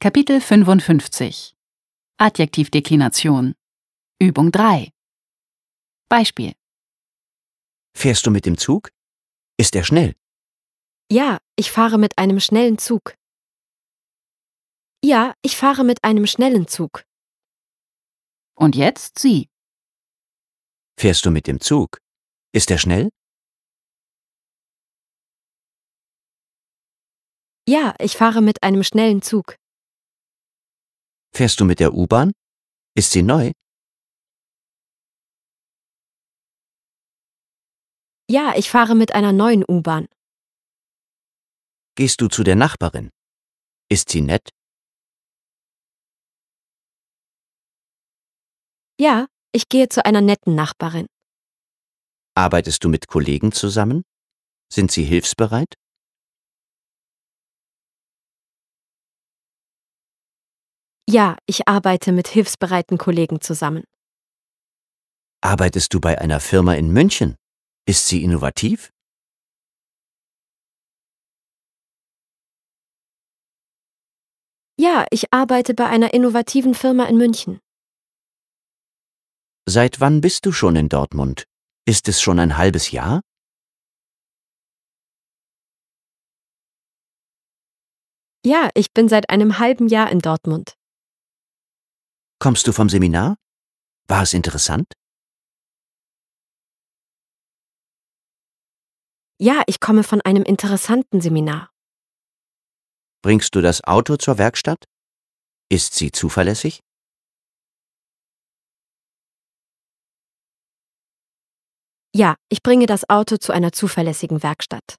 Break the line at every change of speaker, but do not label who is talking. Kapitel 55 Adjektivdeklination Übung 3 Beispiel
Fährst du mit dem Zug? Ist er schnell?
Ja, ich fahre mit einem schnellen Zug. Ja, ich fahre mit einem schnellen Zug.
und jetzt sie.
Fährst du mit dem Zug? Ist er schnell?
Ja, ich fahre mit einem schnellen Zug.
Fährst du mit der U-Bahn? Ist sie neu?
Ja, ich fahre mit einer neuen U-Bahn.
Gehst du zu der Nachbarin? Ist sie nett?
Ja, ich gehe zu einer netten Nachbarin.
Arbeitest du mit Kollegen zusammen? Sind sie hilfsbereit?
Ja, ich arbeite mit hilfsbereiten Kollegen zusammen.
Arbeitest du bei einer Firma in München? Ist sie innovativ?
Ja, ich arbeite bei einer innovativen Firma in München.
Seit wann bist du schon in Dortmund? Ist es schon ein halbes Jahr?
Ja, ich bin seit einem halben Jahr in Dortmund.
Kommst du vom Seminar? War es interessant?
Ja, ich komme von einem interessanten Seminar.
Bringst du das Auto zur Werkstatt? Ist sie zuverlässig?
Ja, ich bringe das Auto zu einer zuverlässigen Werkstatt.